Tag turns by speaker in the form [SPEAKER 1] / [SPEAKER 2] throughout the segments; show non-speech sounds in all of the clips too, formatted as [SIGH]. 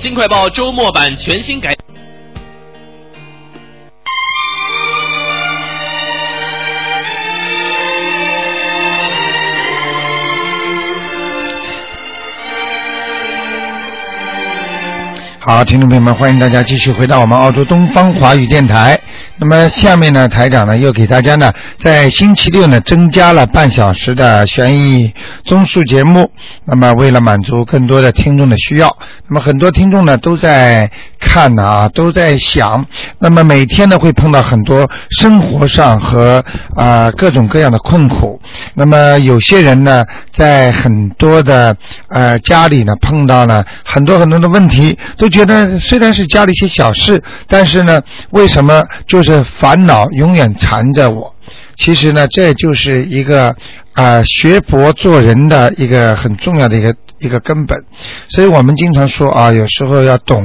[SPEAKER 1] 新快报周末版全新改。
[SPEAKER 2] 好，听众朋友们，欢迎大家继续回到我们澳洲东方华语电台。那么下面呢，台长呢又给大家呢在星期六呢增加了半小时的悬疑综述节目。那么为了满足更多的听众的需要，那么很多听众呢都在看呢啊，都在想。那么每天呢会碰到很多生活上和啊、各种各样的困苦。那么有些人呢在很多的呃家里呢碰到了很多很多的问题，都觉得虽然是家里一些小事，但是呢为什么就是烦恼永远缠着我？其实呢，这就是一个啊、学佛做人的一个很重要的一个一个根本。所以我们经常说啊，有时候要懂。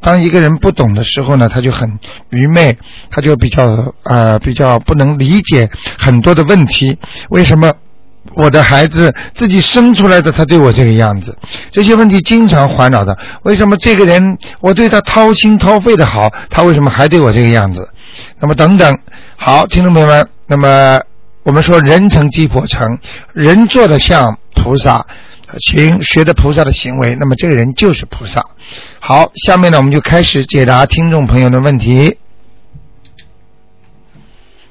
[SPEAKER 2] 当一个人不懂的时候呢，他就很愚昧，他就比较呃比较不能理解很多的问题。为什么？我的孩子自己生出来的，他对我这个样子，这些问题经常环绕的。为什么这个人我对他掏心掏肺的好，他为什么还对我这个样子？那么等等，好，听众朋友们，那么我们说人成即佛成，人做的像菩萨，呃行学的菩萨的行为，那么这个人就是菩萨。好，下面呢我们就开始解答听众朋友的问题。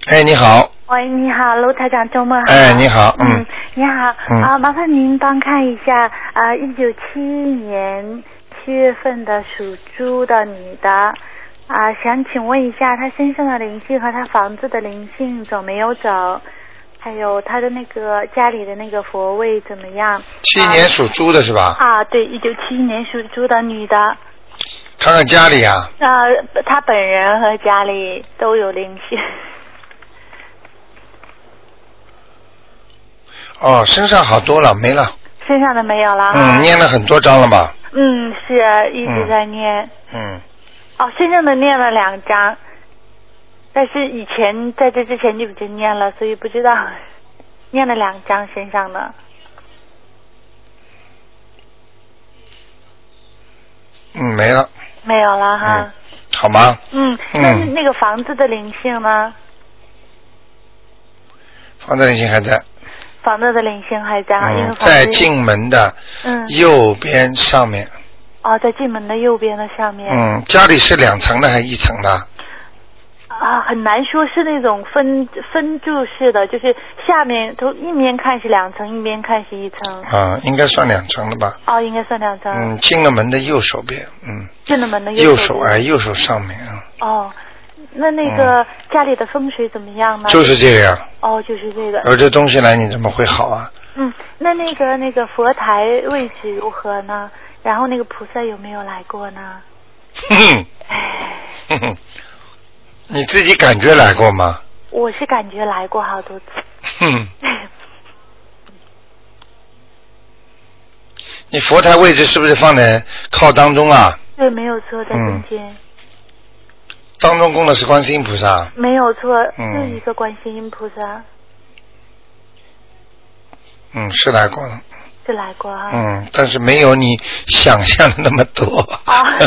[SPEAKER 2] 哎，你好，
[SPEAKER 3] 喂，你好，卢台长，周末好。
[SPEAKER 2] 哎，你好，嗯，
[SPEAKER 3] 你好，
[SPEAKER 2] 嗯
[SPEAKER 3] 啊，麻烦您帮看一下啊，一九七一年七月份的属猪的女的，啊，想请问一下她身上的灵性和她房子的灵性走没有走，还有她的那个家里的那个佛位怎么样？
[SPEAKER 2] 七一年属猪的是吧？
[SPEAKER 3] 啊，对，一九七一年属猪的女的，
[SPEAKER 2] 看看家里啊，
[SPEAKER 3] 啊，她本人和家里都有灵性，
[SPEAKER 2] 哦，身上好多了，没了，
[SPEAKER 3] 身上的没有了啊。
[SPEAKER 2] 嗯，念了很多章了吧？
[SPEAKER 3] 嗯，是一直
[SPEAKER 2] 嗯
[SPEAKER 3] 在念。
[SPEAKER 2] 嗯，
[SPEAKER 3] 哦，真正的念了两章，但是以前在这之前就已经念了，所以不知道念了两章身上的。
[SPEAKER 2] 嗯，没了，
[SPEAKER 3] 没有了哈，
[SPEAKER 2] 好吗？
[SPEAKER 3] 嗯，
[SPEAKER 2] 哎嗯
[SPEAKER 3] 那、那个房子的灵性呢？
[SPEAKER 2] 房子灵性还在，
[SPEAKER 3] 房子的灵性还在，因为
[SPEAKER 2] 嗯，
[SPEAKER 3] 房子
[SPEAKER 2] 在进门的
[SPEAKER 3] 嗯
[SPEAKER 2] 右边上面，
[SPEAKER 3] 哦，在进门的右边的上面，
[SPEAKER 2] 嗯，家里是两层的还是一层的？
[SPEAKER 3] 啊，很难说是那种分分柱式的，就是下面都一面看是两层，一面看是一层，
[SPEAKER 2] 啊，应该算两层的吧？
[SPEAKER 3] 哦，应该算两层，
[SPEAKER 2] 嗯，进了门的右手边，嗯，
[SPEAKER 3] 进了门的
[SPEAKER 2] 右
[SPEAKER 3] 手
[SPEAKER 2] 手
[SPEAKER 3] 边
[SPEAKER 2] 哎，右手上面，嗯
[SPEAKER 3] 哦，那那个家里的风水怎么样呢？
[SPEAKER 2] 就是呃这个样。
[SPEAKER 3] 哦，就是这个。
[SPEAKER 2] 而这东西来，你怎么会好啊？
[SPEAKER 3] 嗯，那那个那个佛台位置如何呢？然后那个菩萨有没有来过呢？
[SPEAKER 2] 哼哼
[SPEAKER 3] [LAUGHS]
[SPEAKER 2] 哼哼，你自己感觉来过吗？
[SPEAKER 3] 我是感觉来过好多次。 [LAUGHS]
[SPEAKER 2] 哼，你佛台位置是不是放在靠当中啊？
[SPEAKER 3] 对，没有错，在中间、
[SPEAKER 2] 嗯当中供的是观世音菩萨。
[SPEAKER 3] 没有错，
[SPEAKER 2] 嗯
[SPEAKER 3] 就一个观世音菩萨
[SPEAKER 2] 嗯，是来过了。
[SPEAKER 3] 是来过啊。
[SPEAKER 2] 嗯，但是没有你想象的那么多。
[SPEAKER 3] 啊 [LAUGHS]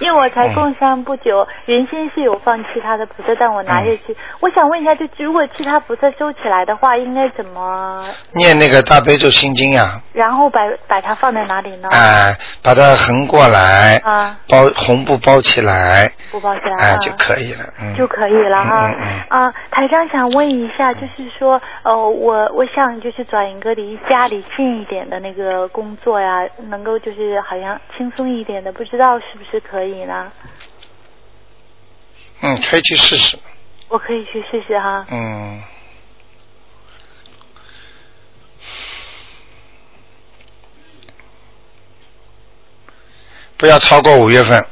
[SPEAKER 3] 因为我才供香不久，原先是有放其他的菩萨，但我
[SPEAKER 2] 嗯
[SPEAKER 3] 拿下去。我想问一下，就如果其他菩萨收起来的话，应该怎么？
[SPEAKER 2] [LAUGHS] 念那个大悲咒心经呀、
[SPEAKER 3] 然后把把它放在哪里呢？
[SPEAKER 2] 哎、把它横过来，
[SPEAKER 3] 啊，
[SPEAKER 2] 包红布包起来，
[SPEAKER 3] 不包起来
[SPEAKER 2] 哎、
[SPEAKER 3] 啊
[SPEAKER 2] 就可以了。嗯，
[SPEAKER 3] 就可以了哈
[SPEAKER 2] 嗯嗯。
[SPEAKER 3] 啊，台长想问一下，就是说，呃，我我想就是转一个离家里近一点的那个工作呀，能够就是好像轻松一点的，不知道是不是可以呢？
[SPEAKER 2] 嗯，可以去试试。
[SPEAKER 3] 我可以去试试哈。
[SPEAKER 2] 嗯。不要超过五月份，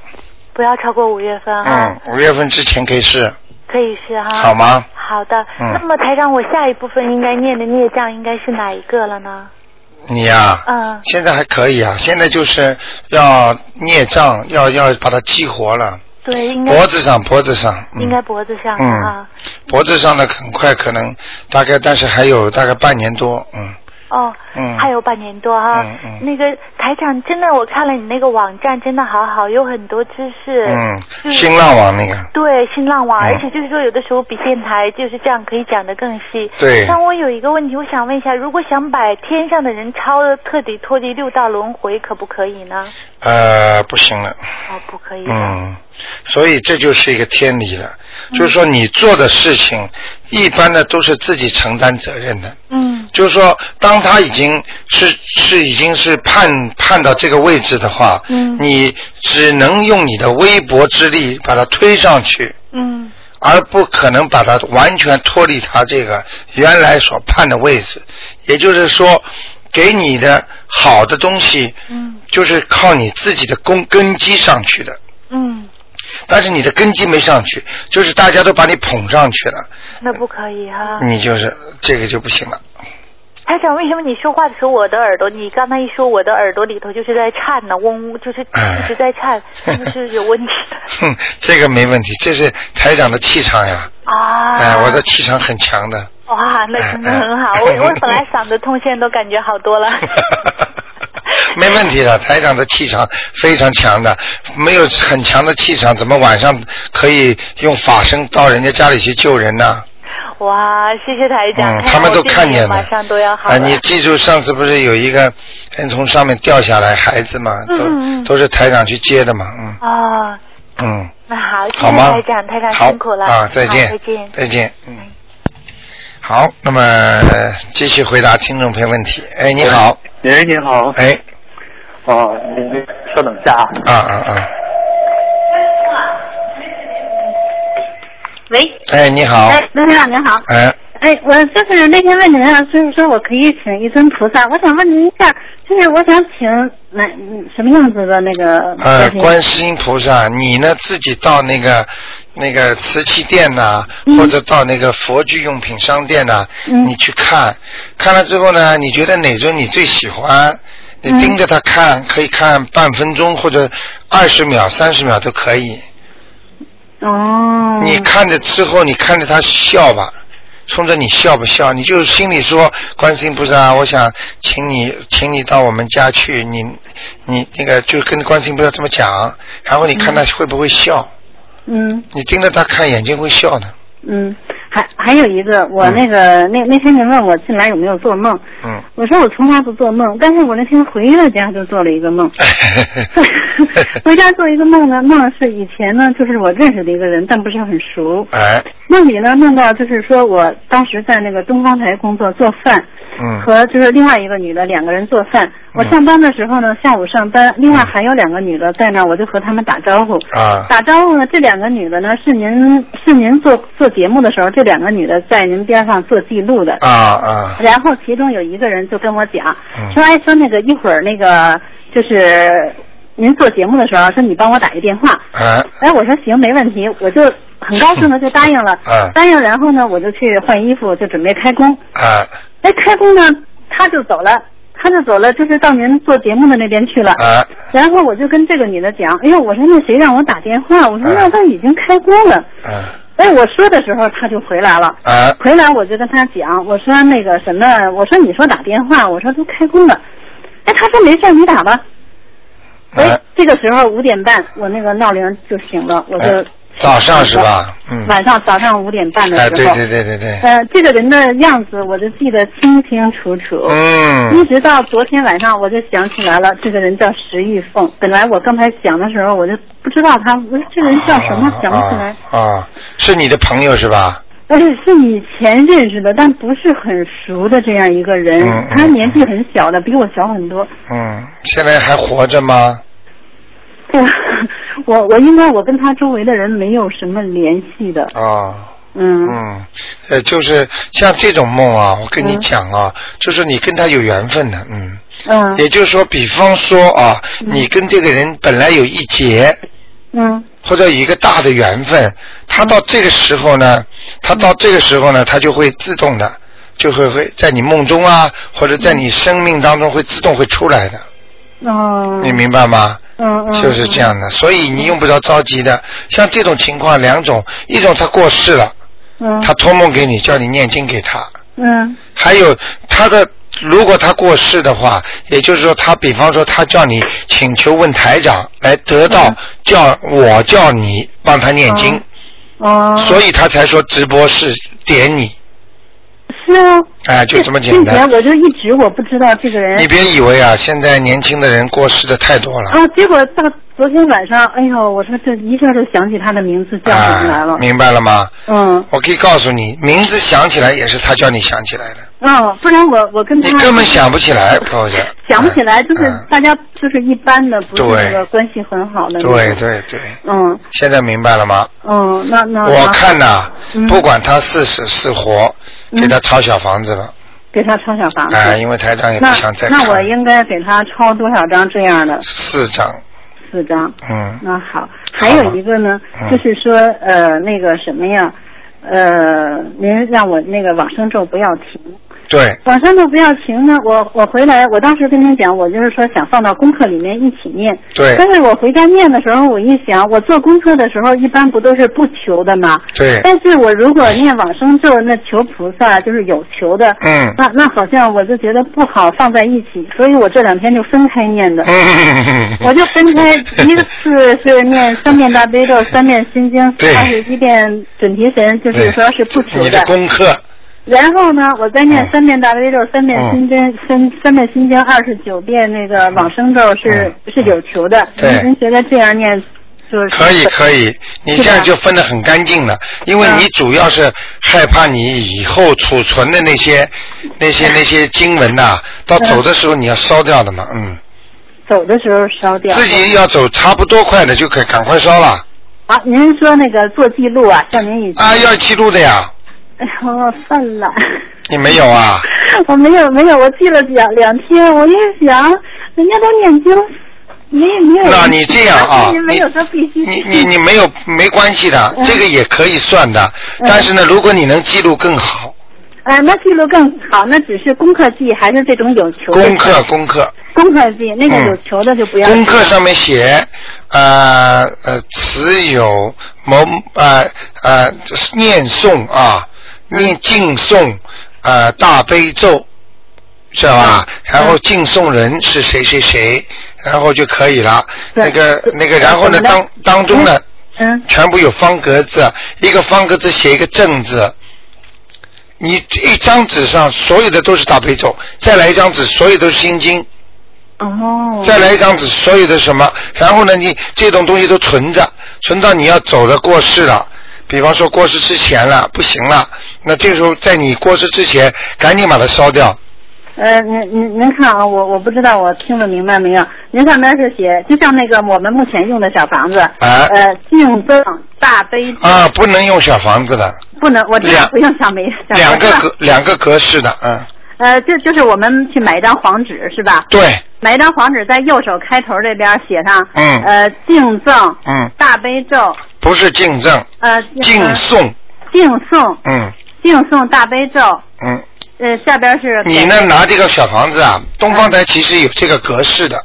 [SPEAKER 3] 不要超过五月份哈，
[SPEAKER 2] 嗯，五月份之前可以试，
[SPEAKER 3] 可以试哈。
[SPEAKER 2] 好？吗？
[SPEAKER 3] 好的。
[SPEAKER 2] 嗯
[SPEAKER 3] 那么台长，我下一部分应该念的孽障应该是哪一个了呢？
[SPEAKER 2] 你呀、
[SPEAKER 3] 嗯，
[SPEAKER 2] 现在还可以啊，现在就是要孽障，要要把它激活了，
[SPEAKER 3] 对，应该
[SPEAKER 2] 脖子上，脖子上，嗯、
[SPEAKER 3] 应该脖子上
[SPEAKER 2] 嗯
[SPEAKER 3] 啊。
[SPEAKER 2] 脖子上的很快可能大概，但是还有大概半年多，嗯
[SPEAKER 3] 哦，
[SPEAKER 2] 嗯
[SPEAKER 3] 还有半年多哈。
[SPEAKER 2] 嗯嗯
[SPEAKER 3] 那个台长，真的我看了你那个网站，真的好好，有很多知识。就
[SPEAKER 2] 嗯，
[SPEAKER 3] 是
[SPEAKER 2] 新浪网那个，
[SPEAKER 3] 对，新浪网，
[SPEAKER 2] 嗯
[SPEAKER 3] 而且就是说，有的时候比电台就是这样可以讲得更细。
[SPEAKER 2] 对
[SPEAKER 3] 但我有一个问题，我想问一下，如果想把天上的人超彻底脱离六道轮回，可不可以呢？
[SPEAKER 2] 呃，不行了。
[SPEAKER 3] 哦，不可以的。
[SPEAKER 2] 嗯，所以这就是一个天理了，就是说你做的事情，一般的都是自己承担责任的。
[SPEAKER 3] 嗯
[SPEAKER 2] 就是说，当他已经是是已经是判判到这个位置的话，
[SPEAKER 3] 嗯
[SPEAKER 2] 你只能用你的微薄之力把它推上去，
[SPEAKER 3] 嗯
[SPEAKER 2] 而不可能把它完全脱离它这个原来所判的位置。也就是说，给你的好的东西，
[SPEAKER 3] 嗯
[SPEAKER 2] 就是靠你自己的根根基上去的。
[SPEAKER 3] 嗯，
[SPEAKER 2] 但是你的根基没上去，就是大家都把你捧上去了，
[SPEAKER 3] 那不可以哈、
[SPEAKER 2] 你就是这个就不行了。
[SPEAKER 3] 台长，为什么你说话的时候我的耳朵，你刚才一说我的耳朵里头就是在颤呢，嗡，就是
[SPEAKER 2] 哎
[SPEAKER 3] 一直在颤，是不是有
[SPEAKER 2] [LAUGHS]
[SPEAKER 3] 问题的
[SPEAKER 2] 哼，这个没问题，这是台长的气场呀，
[SPEAKER 3] 啊？
[SPEAKER 2] 哎、我的气场很强的。 [LAUGHS]
[SPEAKER 3] 哇，那真的很好，我我本来嗓子痛，现在都感觉好多
[SPEAKER 2] [LAUGHS]
[SPEAKER 3] 了。
[SPEAKER 2] 没问题的，台长的气场非常强的，没有很强的气场，怎么晚上可以用法身到人家家里去救人呢？
[SPEAKER 3] 哇，谢谢台长，
[SPEAKER 2] 嗯，
[SPEAKER 3] 台长
[SPEAKER 2] 他们都
[SPEAKER 3] 我这
[SPEAKER 2] 看见
[SPEAKER 3] 边
[SPEAKER 2] 了。
[SPEAKER 3] 马上都要好
[SPEAKER 2] 啊，
[SPEAKER 3] 了。
[SPEAKER 2] 你记住上次不是有一个人从上面掉下来，孩子嘛，都、
[SPEAKER 3] 嗯嗯嗯
[SPEAKER 2] 都是台长去接的嘛，嗯
[SPEAKER 3] 哦，
[SPEAKER 2] 嗯。
[SPEAKER 3] 那好，谢
[SPEAKER 2] 好
[SPEAKER 3] 谢
[SPEAKER 2] 吗？
[SPEAKER 3] 台长，台长
[SPEAKER 2] 好
[SPEAKER 3] 辛苦了
[SPEAKER 2] 啊！再见，
[SPEAKER 3] 好再见。
[SPEAKER 2] 再见，嗯。好，那么呃继续回答听众朋友问题。哎，你好，
[SPEAKER 4] 喂，你好。
[SPEAKER 2] 哎，
[SPEAKER 4] 哦，您稍等一下啊。
[SPEAKER 2] 啊啊啊，
[SPEAKER 5] 喂，
[SPEAKER 2] 哎，你好，
[SPEAKER 5] 哎，卢台长您好，
[SPEAKER 2] 哎，
[SPEAKER 5] 哎，我就是那天问您啊，就是说我可以请一尊菩萨，我想问您一下，就是我想请哪嗯什么样子的那个
[SPEAKER 2] 呃，
[SPEAKER 5] 观世音
[SPEAKER 2] 观世音菩萨，你呢自己到那个那个瓷器店呐、
[SPEAKER 5] 嗯
[SPEAKER 2] 或者到那个佛具用品商店呐、
[SPEAKER 5] 嗯
[SPEAKER 2] 你去看，看了之后呢，你觉得哪尊你最喜欢？你
[SPEAKER 5] 嗯
[SPEAKER 2] 盯着它看，可以看半分钟或者二十秒、三十秒都可以。
[SPEAKER 5] 哦，
[SPEAKER 2] 你看着之后，你看着他笑吧，冲着你笑不笑？你就心里说，观世音菩萨，我想请你，请你到我们家去，你你那个就跟观世音菩萨这么讲，然后你看他会不会笑？
[SPEAKER 5] 嗯
[SPEAKER 2] 你盯着他看，眼睛会笑
[SPEAKER 5] [LAUGHS]
[SPEAKER 2] 的。
[SPEAKER 5] 嗯，还还有一个，我那个、那那天您问我进来有没有做梦，
[SPEAKER 2] 嗯，
[SPEAKER 5] 我说我从来不做梦，但是我那天回了家就做了一个梦。 [LAUGHS] 回家做一个梦呢，梦是以前呢，就是我认识的一个人，但不是很熟。
[SPEAKER 2] 哎，
[SPEAKER 5] 梦里呢梦到就是说我当时在那个东方台工作做饭，
[SPEAKER 2] 嗯
[SPEAKER 5] 和就是另外一个女的两个人做饭。我上班的时候呢，下午上班，另外还有两个女的在那儿，我就和她们打招呼。
[SPEAKER 2] 啊，
[SPEAKER 5] 打招呼呢，这两个女的呢是您是您做做节目的时候，这两个女的在您边上做记录的。
[SPEAKER 2] 啊啊，
[SPEAKER 5] 然后其中有一个人就跟我讲
[SPEAKER 2] 嗯，
[SPEAKER 5] 说哎说那个一会儿那个就是您做节目的时候，说你帮我打一电话。
[SPEAKER 2] 哎，
[SPEAKER 5] 哎，我说行，没问题，我就很高兴的就答应了。
[SPEAKER 2] 嗯
[SPEAKER 5] 答应，然后呢，我就去换衣服，就准备开工。
[SPEAKER 2] 哎，
[SPEAKER 5] 哎，开工呢，他就走了，他就走了，就是到您做节目的那边去了。
[SPEAKER 2] 哎，
[SPEAKER 5] 然后我就跟这个女的讲，哎呦，我说那谁让我打电话？我说
[SPEAKER 2] 嗯
[SPEAKER 5] 那都已经开工了。
[SPEAKER 2] 哎，
[SPEAKER 5] 哎，我说的时候他就回来了。
[SPEAKER 2] 哎，
[SPEAKER 5] 回来我就跟他讲，我说那个什么，我说你说打电话，我说都开工了。哎，他说没事儿，你打吧。
[SPEAKER 2] 哎
[SPEAKER 5] 哎，，这个时候五点半，我那个闹铃就醒了，我就、
[SPEAKER 2] 哎早上是吧？嗯，
[SPEAKER 5] 晚上早上五点半的时候，
[SPEAKER 2] 哎，对对对对对，
[SPEAKER 5] 呃，这个人的样子我就记得清清楚楚。一
[SPEAKER 2] 嗯，
[SPEAKER 5] 直到昨天晚上，我就想起来了，这个人叫石玉凤。本来我刚才讲的时候，我就不知道他，我说这人叫什么，想不起来。
[SPEAKER 2] 啊啊，啊是你的朋友是吧？
[SPEAKER 5] 而且是以前认识的，但不是很熟的这样一个人。
[SPEAKER 2] 嗯嗯
[SPEAKER 5] 他年纪很小的，比我小很多。
[SPEAKER 2] 嗯，现在还活着吗？
[SPEAKER 5] 对， [LAUGHS] 我我应该我跟他周围的人没有什么联系的。
[SPEAKER 2] 啊、
[SPEAKER 5] 嗯
[SPEAKER 2] 嗯，呃，就是像这种梦啊，我跟你讲啊，就是你跟他有缘分的，嗯，
[SPEAKER 5] 嗯
[SPEAKER 2] 也就是说，比方说啊，
[SPEAKER 5] 嗯
[SPEAKER 2] 你跟这个人本来有一结，
[SPEAKER 5] 嗯
[SPEAKER 2] 或者有一个大的缘分，他到这个时候呢，他到这个时候呢，他就会自动的，就会会在你梦中啊，或者在你生命当中会自动会出来的，
[SPEAKER 5] 哦。
[SPEAKER 2] 你明白吗？
[SPEAKER 5] 嗯嗯。
[SPEAKER 2] 就是这样的，所以你用不着着急的。像这种情况，两种，一种他过世了，
[SPEAKER 5] 嗯。
[SPEAKER 2] 他托梦给你，叫你念经给他；
[SPEAKER 5] 嗯
[SPEAKER 2] 还有他的如果他过世的话，也就是说他，比方说他叫你请求问台长来得
[SPEAKER 5] 嗯
[SPEAKER 2] 到叫我叫你帮他念经，
[SPEAKER 5] 哦，
[SPEAKER 2] 所以他才说直播是点你，
[SPEAKER 5] 是啊，
[SPEAKER 2] 哎，就这么简
[SPEAKER 5] 之前
[SPEAKER 2] 单。
[SPEAKER 5] 我就一直我不知道这个人
[SPEAKER 2] 你别以为啊，现在年轻的人过世的太多了
[SPEAKER 5] 啊，结果到昨天晚上，哎呦，我说这一下就想起他的名字叫不出来了
[SPEAKER 2] 啊，，明白了吗？
[SPEAKER 5] 嗯
[SPEAKER 2] 我可以告诉你，名字想起来也是他叫你想起来的，
[SPEAKER 5] 嗯，不然我我跟他
[SPEAKER 2] 你根本想不起来，我讲。
[SPEAKER 5] [LAUGHS] 想不起来，就是
[SPEAKER 2] 嗯
[SPEAKER 5] 大家就是一般的，不是
[SPEAKER 2] 对
[SPEAKER 5] 那个关系很好的。
[SPEAKER 2] 对。对对，
[SPEAKER 5] 嗯
[SPEAKER 2] 现在明白了吗？
[SPEAKER 5] 嗯，那那
[SPEAKER 2] 我
[SPEAKER 5] 那
[SPEAKER 2] 看呐、
[SPEAKER 5] 嗯
[SPEAKER 2] 不管他是死是活，
[SPEAKER 5] 嗯
[SPEAKER 2] 给他抄小房子了，
[SPEAKER 5] 给他抄小房子。
[SPEAKER 2] 哎，因为台长也不
[SPEAKER 5] 那
[SPEAKER 2] 想再看。
[SPEAKER 5] 那我应该给他抄多少张这样的
[SPEAKER 2] 四张，
[SPEAKER 5] 四张？
[SPEAKER 2] 嗯，
[SPEAKER 5] 那好，还有一个呢，
[SPEAKER 2] 嗯
[SPEAKER 5] 就是说呃那个什么呀，呃您让我那个往生咒不要停，
[SPEAKER 2] 对，
[SPEAKER 5] 往生咒不要停呢，我我回来我当时跟您讲，我就是说想放到功课里面一起念，
[SPEAKER 2] 对，
[SPEAKER 5] 但是我回家念的时候，我一想，我做功课的时候一般不都是不求的吗？
[SPEAKER 2] 对，
[SPEAKER 5] 但是我如果念往生咒，那求菩萨就是有求的，
[SPEAKER 2] 嗯，
[SPEAKER 5] 那那好像我就觉得不好放在一起，所以我这两天就分开念的。
[SPEAKER 2] 嗯，
[SPEAKER 5] 我就分
[SPEAKER 2] [LAUGHS]
[SPEAKER 5] 开，一个次是念三遍大悲咒，三遍心经，
[SPEAKER 2] 对
[SPEAKER 5] 二十一遍准提神，就是
[SPEAKER 2] 对
[SPEAKER 5] 说是不求
[SPEAKER 2] 你的功课，
[SPEAKER 5] 然后呢，我再念
[SPEAKER 2] 嗯哦
[SPEAKER 5] 三遍大悲咒，三遍心经，三三遍心经，二十九遍那个往生咒是、是有求的。
[SPEAKER 2] 嗯对
[SPEAKER 5] 您觉得这样念就是
[SPEAKER 2] 可以可以，你这样
[SPEAKER 5] 吧
[SPEAKER 2] 就分得很干净了，因为
[SPEAKER 5] 嗯
[SPEAKER 2] 你主要是害怕你以后储存的那些、那
[SPEAKER 5] 嗯
[SPEAKER 2] 些、那些经文呐、到走的时候你要烧掉的嘛，嗯，
[SPEAKER 5] 走的时候烧掉？
[SPEAKER 2] 自己要走差不多快的就可以赶快烧了，
[SPEAKER 5] 啊，您说那个做记录啊，像您已经，
[SPEAKER 2] 啊，要记录的呀，
[SPEAKER 5] 哎呦，我犯懒。
[SPEAKER 2] 你没有啊？
[SPEAKER 5] [LAUGHS] 我没有没有，我记了两两天，我一想，人家都念经，没没有。
[SPEAKER 2] 那你这样啊，
[SPEAKER 5] 您没有说必须。
[SPEAKER 2] 你你你没有没关系的，
[SPEAKER 5] 嗯
[SPEAKER 2] 这个也可以算的。
[SPEAKER 5] 嗯
[SPEAKER 2] 但是呢，如果你能记录更好，
[SPEAKER 5] 哎，那记录更好，那只是功课记还是这种有求的？
[SPEAKER 2] 功课功课
[SPEAKER 5] 功课记那个有求的就不要记
[SPEAKER 2] 功
[SPEAKER 5] 了。
[SPEAKER 2] 课上面写，呃呃，持有某呃呃念诵啊，
[SPEAKER 5] 嗯
[SPEAKER 2] 念敬诵呃大悲咒。是吧？
[SPEAKER 5] 嗯
[SPEAKER 2] 然后敬送人是谁谁谁，然后就可以了。
[SPEAKER 5] 对
[SPEAKER 2] 那个那个，然后呢，
[SPEAKER 5] 怎么了
[SPEAKER 2] 当当中呢，
[SPEAKER 5] 嗯
[SPEAKER 2] 全部有方格子，一个方格子写一个正字。你一张纸上所有的都是大悲咒，再来一张纸，所有都是心经，
[SPEAKER 5] 哦，
[SPEAKER 2] 再来一张纸，所有的什么？然后呢，你这种东西都存着，存到你要走的过世了，比方说过世之前了，不行了，那这时候在你过世之前，赶紧把它烧掉。
[SPEAKER 5] 呃，您您您看啊，我我不知道我听得明白没有？您上面是写，就像那个我们目前用的小房子，
[SPEAKER 2] 哎
[SPEAKER 5] 呃，敬赠大悲咒，
[SPEAKER 2] 啊，不能用小房子的，
[SPEAKER 5] 不能，我这
[SPEAKER 2] 两
[SPEAKER 5] 不用小梅小啊
[SPEAKER 2] 两个
[SPEAKER 5] 房子
[SPEAKER 2] 格两个格式的，嗯，
[SPEAKER 5] 呃，就就是我们去买一张黄纸是吧？
[SPEAKER 2] 对，
[SPEAKER 5] 买一张黄纸，在右手开头这边写上，
[SPEAKER 2] 嗯
[SPEAKER 5] 呃，敬赠
[SPEAKER 2] 嗯，
[SPEAKER 5] 大悲咒，
[SPEAKER 2] 不是敬赠，
[SPEAKER 5] 呃，
[SPEAKER 2] 敬
[SPEAKER 5] 呃
[SPEAKER 2] 诵，
[SPEAKER 5] 敬诵
[SPEAKER 2] 嗯
[SPEAKER 5] 敬诵大悲咒，
[SPEAKER 2] 嗯。
[SPEAKER 5] 呃，下边是给
[SPEAKER 2] 你呢？拿这个小房子啊，东方台其实有这个格式的，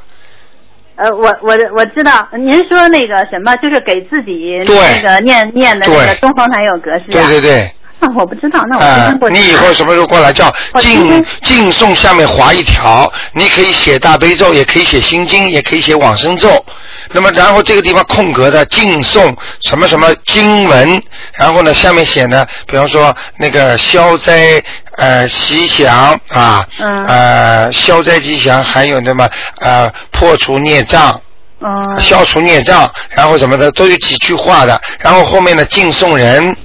[SPEAKER 5] 呃，我我我知道，您说那个什么，就是给自己
[SPEAKER 2] 对
[SPEAKER 5] 那个念念的那个
[SPEAKER 2] 对
[SPEAKER 5] 东方台有格式、啊。
[SPEAKER 2] 对对对，
[SPEAKER 5] 啊，我不知道，那我今
[SPEAKER 2] 啊
[SPEAKER 5] 天过，去。
[SPEAKER 2] 你以后什么时候过来叫
[SPEAKER 5] 我今
[SPEAKER 2] 敬
[SPEAKER 5] 天
[SPEAKER 2] 敬诵下面划一条，你可以写大悲咒，也可以写心经，也可以写往生咒。那么然后这个地方空格的敬诵什么什么经文，然后呢下面写呢，比方说那个消灾呃吉祥啊，
[SPEAKER 5] 嗯
[SPEAKER 2] 呃消灾吉祥，还有那么呃破除孽障。
[SPEAKER 5] 嗯
[SPEAKER 2] 啊消除孽障，然后什么的都有几句话的，然后后面呢敬送人，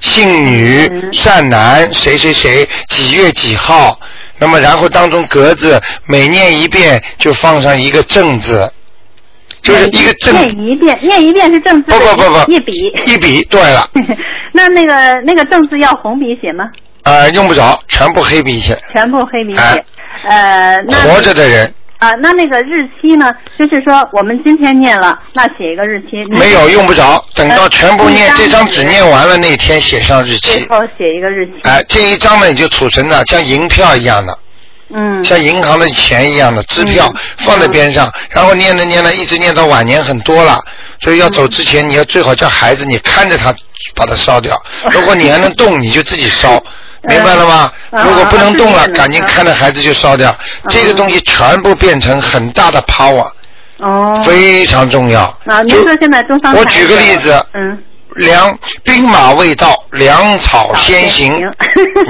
[SPEAKER 2] 信女、
[SPEAKER 5] 嗯
[SPEAKER 2] 善男谁谁谁几月几号，那么然后当中格子每念一遍就放上一个正字，就是一个正
[SPEAKER 5] 念一遍，念一遍是正字
[SPEAKER 2] 不
[SPEAKER 5] 的一，
[SPEAKER 2] 不不不
[SPEAKER 5] 一笔。 [LAUGHS]
[SPEAKER 2] 一笔。对了，
[SPEAKER 5] 那那个那个正字要红笔写吗？
[SPEAKER 2] 呃，用不着，全部黑笔写。
[SPEAKER 5] 全部黑笔写。
[SPEAKER 2] 哎
[SPEAKER 5] 呃，那
[SPEAKER 2] 活着的人
[SPEAKER 5] 啊、那那个日期呢？就是说我们今天念了，那写一个日期。
[SPEAKER 2] 没有用不着，等到
[SPEAKER 5] 呃
[SPEAKER 2] 全部念
[SPEAKER 5] 一张
[SPEAKER 2] 这张纸
[SPEAKER 5] 纸
[SPEAKER 2] 念完了那天写上日
[SPEAKER 5] 最
[SPEAKER 2] 期。
[SPEAKER 5] 后写一个日期。
[SPEAKER 2] 哎、这一张呢你就储存了，像银票一样的。
[SPEAKER 5] 嗯。
[SPEAKER 2] 像银行的钱一样的支票
[SPEAKER 5] 嗯
[SPEAKER 2] 放在边上，然后念着念着，一直念到晚年很多了。所以要
[SPEAKER 5] 嗯
[SPEAKER 2] 走之前，你要最好叫孩子你看着他把它烧掉。如果你还能动，你就自己烧。 [LAUGHS] 明白了吗？
[SPEAKER 5] 嗯
[SPEAKER 2] 如果不能动
[SPEAKER 5] 啊
[SPEAKER 2] 了
[SPEAKER 5] 啊，
[SPEAKER 2] 赶紧看着孩子就烧掉。这个东西全部变成很大的 power，
[SPEAKER 5] 哦，
[SPEAKER 2] 非常重要。
[SPEAKER 5] 啊，您
[SPEAKER 2] 就
[SPEAKER 5] 说现在东方台
[SPEAKER 2] 我举个例子，
[SPEAKER 5] 嗯，
[SPEAKER 2] [LAUGHS] 粮兵马未到，粮草先行，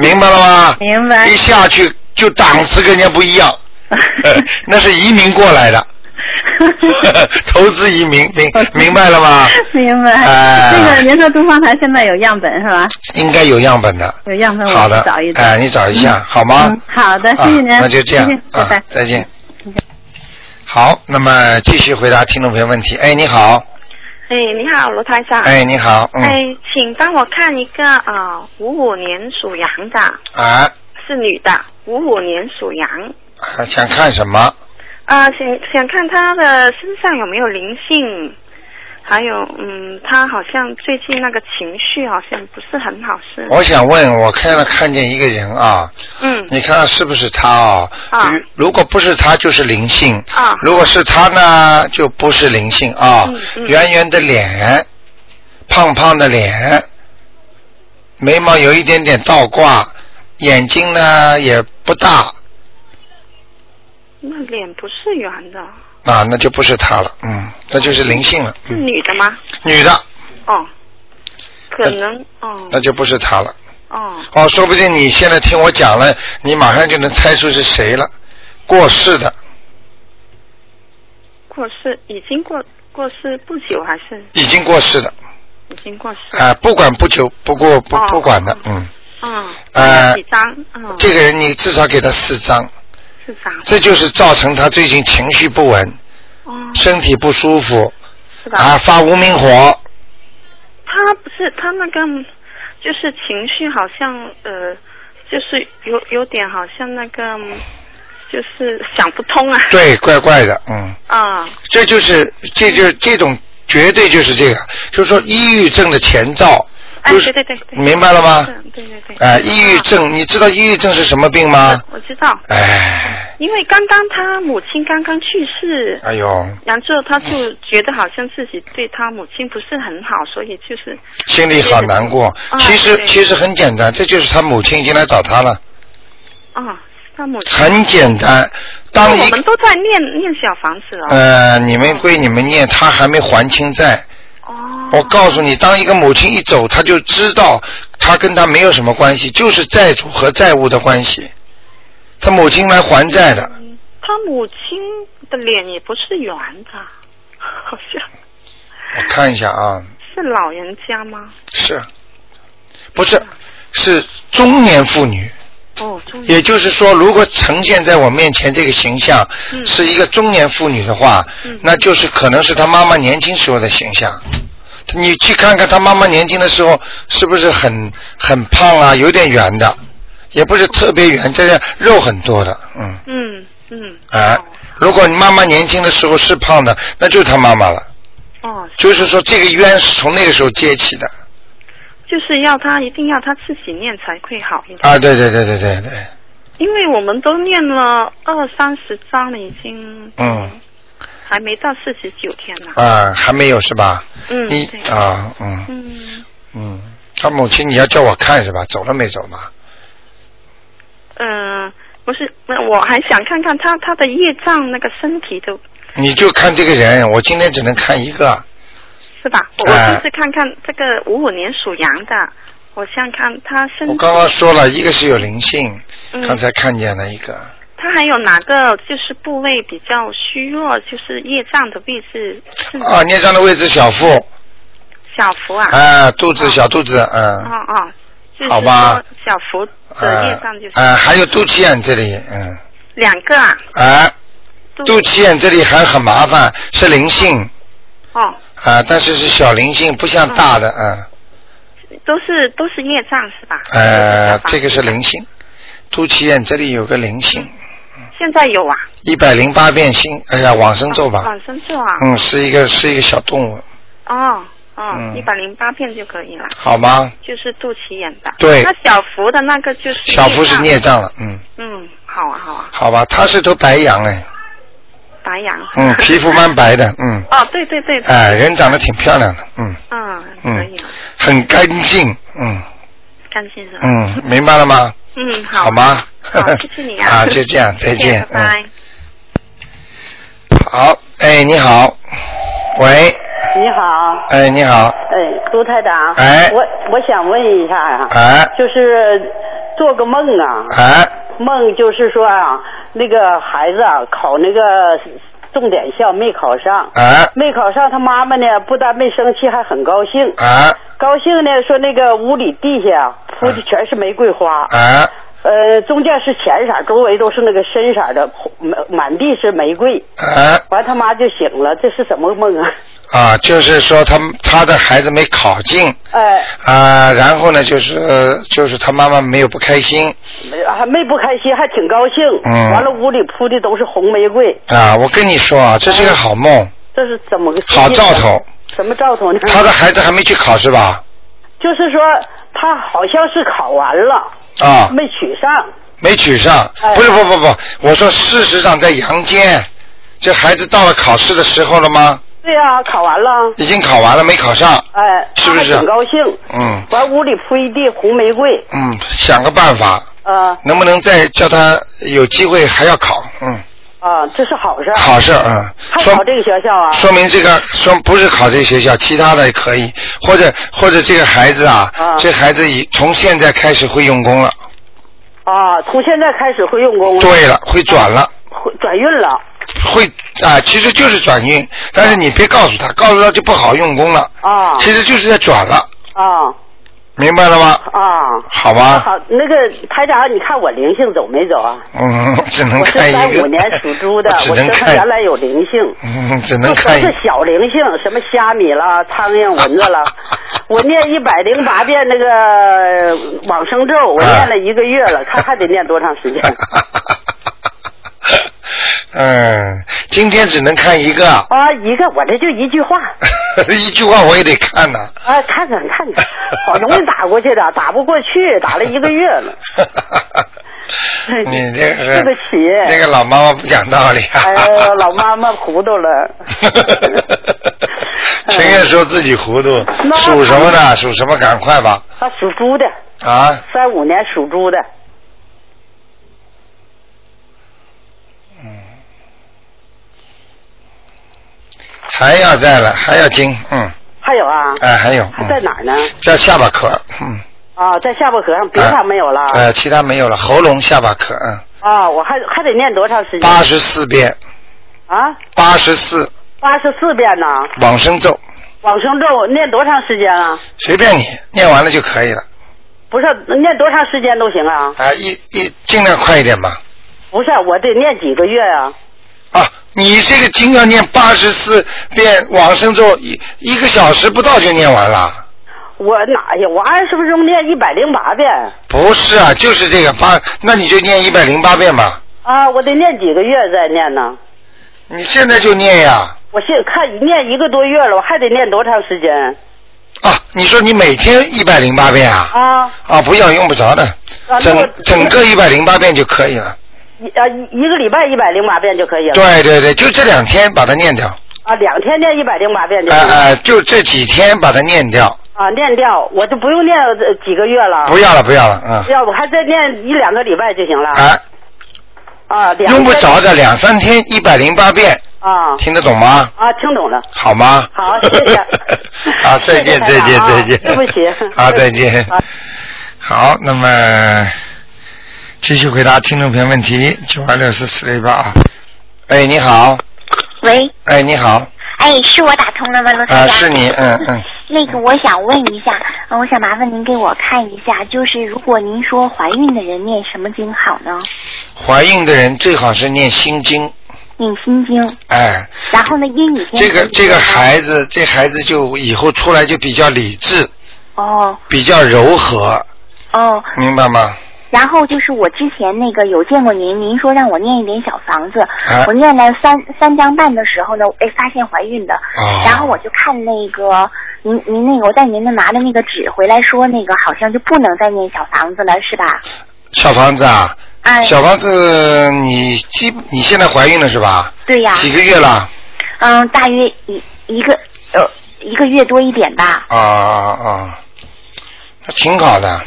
[SPEAKER 2] 明白了吗？
[SPEAKER 5] [LAUGHS] 明白
[SPEAKER 2] 一下去就档次跟人家不一样，呃 [LAUGHS] 那是移民过来
[SPEAKER 5] [LAUGHS]
[SPEAKER 2] 的，投资移民，明明白了吗？
[SPEAKER 5] 明白。
[SPEAKER 2] 哎
[SPEAKER 5] 那个您说东方台现在有样本是吧？
[SPEAKER 2] 应该有样本的。
[SPEAKER 5] 有样本，我
[SPEAKER 2] 好的，
[SPEAKER 5] 去找一找。
[SPEAKER 2] 哎，你找一下、好吗？
[SPEAKER 5] 嗯好的，谢谢您，
[SPEAKER 2] 啊、那就这样
[SPEAKER 5] 谢谢，拜
[SPEAKER 2] 啊
[SPEAKER 5] 拜。，嗯
[SPEAKER 2] 再见。好，那么继续回答听众朋友问题。哎，你好，
[SPEAKER 6] 哎，你好，罗台
[SPEAKER 5] 啊
[SPEAKER 6] 长。
[SPEAKER 2] 哎，你好，嗯，
[SPEAKER 6] 哎请帮我看一个啊，五、5五年属羊的，
[SPEAKER 2] 啊
[SPEAKER 6] 是女的，五五年属羊。
[SPEAKER 2] 啊，想看什么？
[SPEAKER 6] 啊、想想看她的身上有没有灵性，还有嗯，她好像最近那个情绪好像不是很好，
[SPEAKER 5] 嗯
[SPEAKER 6] 是？
[SPEAKER 2] 我想问，我看了看见一个人啊，
[SPEAKER 6] 嗯
[SPEAKER 2] 你看是不是他啊？
[SPEAKER 6] 啊
[SPEAKER 2] 如如果不是他，就是灵性；
[SPEAKER 6] 啊
[SPEAKER 2] 如果是他呢，就不是灵性啊。
[SPEAKER 6] 嗯嗯
[SPEAKER 2] 圆圆的脸，胖胖的脸，眉毛有一点点倒挂，眼睛呢也不大
[SPEAKER 6] 那脸不是圆的，
[SPEAKER 2] 啊，那就不是他了，嗯，那就是灵性了，
[SPEAKER 6] 是
[SPEAKER 2] 嗯，
[SPEAKER 6] 女的吗？
[SPEAKER 2] 女的，
[SPEAKER 6] 哦，可能哦
[SPEAKER 2] 那就不是他了。
[SPEAKER 6] 哦
[SPEAKER 2] 哦，说不定你现在听我讲了，你马上就能猜出是谁了，过世的，
[SPEAKER 6] 过世已经过过世不久还是
[SPEAKER 2] 已经过世的。
[SPEAKER 6] 已经过世？
[SPEAKER 2] 啊、不管不求，不过不
[SPEAKER 6] 哦
[SPEAKER 2] 不管的，嗯，
[SPEAKER 6] 嗯，
[SPEAKER 2] 呃
[SPEAKER 6] 有几张？嗯，
[SPEAKER 2] 这个人你至少给他四张，
[SPEAKER 6] 四张。
[SPEAKER 2] 这就是造成他最近情绪不稳、
[SPEAKER 6] 哦，
[SPEAKER 2] 身体不舒服
[SPEAKER 6] 是吧？
[SPEAKER 2] 啊，发无名火，
[SPEAKER 6] 他不是他那个，就是情绪好像呃，就是有有点好像那个，就是想不通啊。
[SPEAKER 2] 对，怪怪的，嗯，
[SPEAKER 6] 啊，
[SPEAKER 2] 这就是这就是这种绝对就是这个，就是说抑郁症的前兆，
[SPEAKER 6] 哎，
[SPEAKER 2] 就
[SPEAKER 6] 对
[SPEAKER 2] 是、
[SPEAKER 6] 对对对，
[SPEAKER 2] 明白了吗？
[SPEAKER 6] 是对对啊对。
[SPEAKER 2] 哎、抑郁症，你知道抑郁症是什么病吗
[SPEAKER 6] 啊？我知道，
[SPEAKER 2] 哎，
[SPEAKER 6] 因为刚刚他母亲刚刚去世，
[SPEAKER 2] 哎呦，
[SPEAKER 6] 然后他就觉得好像自己对他母亲不是很好，所以就是
[SPEAKER 2] 心里好难过。
[SPEAKER 6] 啊
[SPEAKER 2] 其实
[SPEAKER 6] 对
[SPEAKER 2] 其实很简单，这就是他母亲已经来找他了。
[SPEAKER 6] 啊，他母亲。
[SPEAKER 2] 很简单，当
[SPEAKER 6] 我
[SPEAKER 2] 一
[SPEAKER 6] 们都在念念小房子哦了。
[SPEAKER 2] 呃，你们归你们念，他还没还清债。
[SPEAKER 6] 哦。
[SPEAKER 2] 我告诉你，当一个母亲一走，他就知道他跟他没有什么关系，就是债主和债务的关系。他母亲来还债的，
[SPEAKER 6] 他母亲的脸也不是圆的， [LAUGHS] 好像
[SPEAKER 2] 我看一下啊，
[SPEAKER 6] 是老人家吗？
[SPEAKER 2] 是，不是是中年妇女？
[SPEAKER 6] 哦，中年
[SPEAKER 2] 也就是说，如果呈现在我面前这个形象
[SPEAKER 6] 嗯
[SPEAKER 2] 是一个中年妇女的话，
[SPEAKER 6] 嗯
[SPEAKER 2] 那就是可能是她妈妈年轻时候的形象。你去看看她妈妈年轻的时候是不是很很胖啊，有点圆的，也不是特别圆，但是肉很多的，嗯，
[SPEAKER 6] 嗯嗯，
[SPEAKER 2] 啊，如果你妈妈年轻的时候是胖的，那就是她妈妈了。
[SPEAKER 6] 哦，
[SPEAKER 2] 就是说，这个冤是从那个时候接起的
[SPEAKER 6] 就是要他一定要他自己念才会好一点，
[SPEAKER 2] 啊！对对对对对对，
[SPEAKER 6] 因为我们都念了二三十章了，已经
[SPEAKER 2] 嗯
[SPEAKER 6] 还没到四十九天呢。
[SPEAKER 2] 啊，还没有是吧？
[SPEAKER 6] 嗯，
[SPEAKER 2] 你
[SPEAKER 6] 对，
[SPEAKER 2] 啊，嗯。
[SPEAKER 6] 嗯
[SPEAKER 2] 嗯，他母亲你要叫我看是吧？走了没走嘛？
[SPEAKER 6] 嗯、呃不是，那我还想看看他他的业障那个身体的，
[SPEAKER 2] 你就看这个人，我今天只能看一个。
[SPEAKER 6] 是吧？我
[SPEAKER 2] 哎
[SPEAKER 6] 我就是看看这个五五年属羊的，我想看他身体。
[SPEAKER 2] 我刚刚说了一个是有灵性，
[SPEAKER 6] 嗯
[SPEAKER 2] 刚才看见了一个，
[SPEAKER 6] 他还有哪个就是部位比较虚弱，就是业障的位置是
[SPEAKER 2] 啊，捏上的位置小腹，
[SPEAKER 6] 小腹嗯啊？
[SPEAKER 2] 啊，肚子小肚子，
[SPEAKER 6] 哦
[SPEAKER 2] 嗯，
[SPEAKER 6] 哦，就是
[SPEAKER 2] 好吧
[SPEAKER 6] 说小腹的业
[SPEAKER 2] 啊
[SPEAKER 6] 障就是
[SPEAKER 2] 啊，还有肚脐眼这里，嗯，
[SPEAKER 6] 两个啊，
[SPEAKER 2] 啊，
[SPEAKER 6] 肚
[SPEAKER 2] 肚脐眼这里还很麻烦，是灵性
[SPEAKER 6] 哦，
[SPEAKER 2] 啊，但是是小灵性，不像大的，嗯，
[SPEAKER 6] 都是都是业障是吧？嗯
[SPEAKER 2] 呃，这个是
[SPEAKER 6] 零，
[SPEAKER 2] 灵性，肚脐眼这里有个灵性，
[SPEAKER 6] 现在有啊，
[SPEAKER 2] 一百零八遍心，哎呀，往生咒吧，
[SPEAKER 6] 往生咒啊，
[SPEAKER 2] 嗯，是一个是一个小动物，
[SPEAKER 6] 哦哦，
[SPEAKER 2] 嗯
[SPEAKER 6] 一百零八片就可以了，
[SPEAKER 2] 好吗？
[SPEAKER 6] 就是肚脐眼的。
[SPEAKER 2] 对
[SPEAKER 6] 那小腹的那个就是
[SPEAKER 2] 小
[SPEAKER 6] 业
[SPEAKER 2] 福是
[SPEAKER 6] 障
[SPEAKER 2] 孽。障了，嗯，
[SPEAKER 6] 嗯，好啊好啊，
[SPEAKER 2] 好吧，它是头白羊哎，
[SPEAKER 6] 白羊。 [LAUGHS]
[SPEAKER 2] 嗯，皮肤蛮白的，嗯，
[SPEAKER 6] 哦，对对对，
[SPEAKER 2] 哎，人长得挺漂亮的，嗯，
[SPEAKER 6] 嗯，可
[SPEAKER 2] 嗯
[SPEAKER 6] 以了。
[SPEAKER 2] 很干净，嗯，
[SPEAKER 6] 干净了。
[SPEAKER 2] 嗯，明白了吗？
[SPEAKER 6] 嗯，好。
[SPEAKER 2] 好吗？
[SPEAKER 6] 好，
[SPEAKER 2] [LAUGHS]
[SPEAKER 6] 谢谢你啊。
[SPEAKER 2] 啊，就这样，再
[SPEAKER 6] 谢谢
[SPEAKER 2] 见。
[SPEAKER 6] 拜拜。
[SPEAKER 2] 嗯，好，哎，你好，喂，
[SPEAKER 7] 你好，
[SPEAKER 2] 哎，你好，
[SPEAKER 7] 哎，卢台长，
[SPEAKER 2] 哎
[SPEAKER 7] 我我想问一下啊，
[SPEAKER 2] 哎，
[SPEAKER 7] 就是做个梦啊，
[SPEAKER 2] 哎，
[SPEAKER 7] 梦就是说啊，那个孩子啊考那个重点校没考上，
[SPEAKER 2] 哎，
[SPEAKER 7] 没考上，他妈妈呢不但没生气，还很高兴，
[SPEAKER 2] 哎，
[SPEAKER 7] 高兴呢说那个屋里地下啊铺的全是玫瑰花，
[SPEAKER 2] 哎，
[SPEAKER 7] 呃，中间是浅色儿，周围都是那个深色儿的，满满地是玫瑰。
[SPEAKER 2] 哎，
[SPEAKER 7] 完，他妈就醒了，这是什么梦啊？
[SPEAKER 2] 啊，就是说他他的孩子没考进
[SPEAKER 7] 哎，
[SPEAKER 2] 啊，然后呢，就是呃就是他妈妈没有不开心
[SPEAKER 7] 还没不开心，还挺高兴。
[SPEAKER 2] 嗯
[SPEAKER 7] 完了，屋里铺的都是红玫瑰，
[SPEAKER 2] 啊。我跟你说啊，这是个好梦，
[SPEAKER 7] 这是怎么个？
[SPEAKER 2] 好兆头。
[SPEAKER 7] 什么兆头呢？
[SPEAKER 2] 他的孩子还没去考是吧？
[SPEAKER 7] [LAUGHS] 就是说，他好像是考完了，
[SPEAKER 2] 啊，
[SPEAKER 7] 没取上。
[SPEAKER 2] 没取上，
[SPEAKER 7] 嗯哎
[SPEAKER 2] 不是不不不，我说事实上在阳间，这孩子到了考试的时候了吗？
[SPEAKER 7] 对呀、考完了。
[SPEAKER 2] 已经考完了没考上，
[SPEAKER 7] 哎，
[SPEAKER 2] 是不是
[SPEAKER 7] 他还挺高兴。
[SPEAKER 2] 嗯
[SPEAKER 7] 完，屋里铺一地红玫瑰。
[SPEAKER 2] 嗯，想个办法，
[SPEAKER 7] 啊
[SPEAKER 2] 能不能再叫他有机会还要考？嗯，
[SPEAKER 7] 啊，这是好事儿。
[SPEAKER 2] 好事儿，嗯，
[SPEAKER 7] 还
[SPEAKER 2] 说
[SPEAKER 7] 考这个学校啊？
[SPEAKER 2] 说明这个说不是考这个学校，其他的也可以，或者或者这个孩子啊，
[SPEAKER 7] 啊
[SPEAKER 2] 这孩子以从现在开始会用功了，
[SPEAKER 7] 啊，从现在开始会用功了，
[SPEAKER 2] 对了，会转了。
[SPEAKER 7] 会转运了。
[SPEAKER 2] 会啊，其实就是转运，但是你别告诉他，告诉他就不好用功了。
[SPEAKER 7] 啊
[SPEAKER 2] 其实就是在转了，
[SPEAKER 7] 啊
[SPEAKER 2] 明白了吗？
[SPEAKER 7] 啊！
[SPEAKER 2] 好吧，
[SPEAKER 7] 好，那个台长，你看我灵性走没走啊？
[SPEAKER 2] 嗯， [LAUGHS] 只能
[SPEAKER 7] 我是
[SPEAKER 2] 看
[SPEAKER 7] 三
[SPEAKER 2] 一个。
[SPEAKER 7] 五年属猪的
[SPEAKER 2] 我， [LAUGHS] 只
[SPEAKER 7] 我身
[SPEAKER 2] 能
[SPEAKER 7] 上
[SPEAKER 2] 看，
[SPEAKER 7] 原来有灵性，
[SPEAKER 2] 嗯，只能
[SPEAKER 7] 就全
[SPEAKER 2] 看一
[SPEAKER 7] 是小灵性，什么虾米啦、苍蝇、蚊子啦。我念一百零八遍那个往生咒，我
[SPEAKER 2] 啊
[SPEAKER 7] 念了一个月了，看还得念多长时间
[SPEAKER 2] [LAUGHS] 嗯，今天只能看一个，
[SPEAKER 7] [LAUGHS]
[SPEAKER 2] [LAUGHS]
[SPEAKER 7] 啊？一个，我这就一句话
[SPEAKER 2] 一句话我也得看呐、
[SPEAKER 7] 啊，看看看看，好容易打过去的，打不过去，打了一个月了。
[SPEAKER 2] [LAUGHS] 你这个是
[SPEAKER 7] 对不起
[SPEAKER 2] 这个老妈妈不讲道理。。
[SPEAKER 7] 哎呀，老妈妈糊涂了
[SPEAKER 2] 谁也
[SPEAKER 7] [LAUGHS]
[SPEAKER 2] 说自己糊涂，
[SPEAKER 7] 嗯那
[SPEAKER 2] 属什么呢？属什么？赶快吧！
[SPEAKER 7] 嗯他属猪的，
[SPEAKER 2] 啊，
[SPEAKER 7] 三五年属猪的。
[SPEAKER 2] 还要在了，还要精，嗯，
[SPEAKER 7] 还有啊，
[SPEAKER 2] 哎，还有，
[SPEAKER 7] 还
[SPEAKER 2] 嗯
[SPEAKER 7] 在哪儿呢？
[SPEAKER 2] 在下巴壳，嗯，
[SPEAKER 7] 啊，在下巴壳上，别
[SPEAKER 2] 哎
[SPEAKER 7] 的没有了。
[SPEAKER 2] 呃，其他没有了，喉咙、下巴壳，嗯，
[SPEAKER 7] 啊，我还还得念多长时间？
[SPEAKER 2] 八十四遍，
[SPEAKER 7] 啊，
[SPEAKER 2] 八十四
[SPEAKER 7] 八十四遍呢。
[SPEAKER 2] 往生咒，
[SPEAKER 7] 往生咒念多长时间啊？
[SPEAKER 2] 随便你，念完了就可以了，
[SPEAKER 7] 不是念多长时间都行啊？
[SPEAKER 2] 啊，一一尽量快一点吧。
[SPEAKER 7] 不是，我得念几个月啊？
[SPEAKER 2] 啊，你这个经要念八十四遍往生咒，一一个小时不到就念完了。
[SPEAKER 7] 我哪呀？我二十分钟念一百零八遍
[SPEAKER 2] 不是啊，就是这个八，那你就念一百零八遍吧。
[SPEAKER 7] 啊，我得念几个月再念呢。
[SPEAKER 2] 你现在就念呀。
[SPEAKER 7] 我现看念一个多月了，我还得念多长时间
[SPEAKER 2] 啊，你说你每天一百零八遍啊？
[SPEAKER 7] 啊？
[SPEAKER 2] 啊，不要，用不着的
[SPEAKER 7] 啊，那我
[SPEAKER 2] 整整个一百零八遍就可以了。
[SPEAKER 7] 一啊一一个礼拜一百零八遍就可以了。
[SPEAKER 2] 对对对，就这两天把它念掉，
[SPEAKER 7] 啊，两天念一百零八遍就
[SPEAKER 2] 哎
[SPEAKER 7] 行
[SPEAKER 2] 哎、
[SPEAKER 7] 了、
[SPEAKER 2] 就这几天把它念掉，
[SPEAKER 7] 啊，念掉我就不用念呃几个月了，
[SPEAKER 2] 不要了不要了，嗯，
[SPEAKER 7] 要不还再念一两个礼拜就行了。
[SPEAKER 2] 哎、
[SPEAKER 7] 啊，两
[SPEAKER 2] 用不
[SPEAKER 7] 个
[SPEAKER 2] 着的，两三天一百零八遍，
[SPEAKER 7] 啊
[SPEAKER 2] 听得懂吗？
[SPEAKER 7] 啊，听懂了。
[SPEAKER 2] 好吗？
[SPEAKER 7] 好谢
[SPEAKER 2] [LAUGHS]
[SPEAKER 7] 谢
[SPEAKER 2] 好，再见，
[SPEAKER 7] 谢
[SPEAKER 2] 再
[SPEAKER 7] 谢台
[SPEAKER 2] 见，再见。
[SPEAKER 7] 长啊对不起
[SPEAKER 2] [LAUGHS] 好，再见
[SPEAKER 7] [LAUGHS] 好。
[SPEAKER 2] 好，那么继续回答听众朋友问题，九二六四四六八啊。哎，你好，
[SPEAKER 8] 喂，
[SPEAKER 2] 哎，你好，
[SPEAKER 8] 哎，是我打通了吗，罗
[SPEAKER 2] 啊，
[SPEAKER 8] 台长？
[SPEAKER 2] 是你，嗯嗯，
[SPEAKER 8] 那个，我想问一下，呃我想麻烦您给我看一下，就是如果您说怀孕的人念什么经好呢？
[SPEAKER 2] 怀孕的人最好是念心经，
[SPEAKER 8] 念心经，
[SPEAKER 2] 哎，
[SPEAKER 8] 然后呢，阴雨天
[SPEAKER 2] 这个
[SPEAKER 8] 可以
[SPEAKER 2] 这个
[SPEAKER 8] 吗
[SPEAKER 2] 孩子，这孩子就以后出来就比较理智，
[SPEAKER 8] 哦
[SPEAKER 2] 比较柔和，
[SPEAKER 8] 哦，
[SPEAKER 2] 明白吗？
[SPEAKER 8] 然后就是我之前那个有见过您，您说让我念一点小房子，
[SPEAKER 2] 啊
[SPEAKER 8] 我念了三三张半的时候呢，哎，发现怀孕的，
[SPEAKER 2] 哦
[SPEAKER 8] 然后我就看那个您您那个我在您那拿的那个纸回来说那个好像就不能再念小房子了，是吧？
[SPEAKER 2] 小房子啊，
[SPEAKER 8] 哎，
[SPEAKER 2] 小房子，你基你现在怀孕了是吧？
[SPEAKER 8] 对呀、
[SPEAKER 2] 几个月了？
[SPEAKER 8] 嗯，大约一一个呃一个月多一点吧。
[SPEAKER 2] 啊啊啊！那挺好的，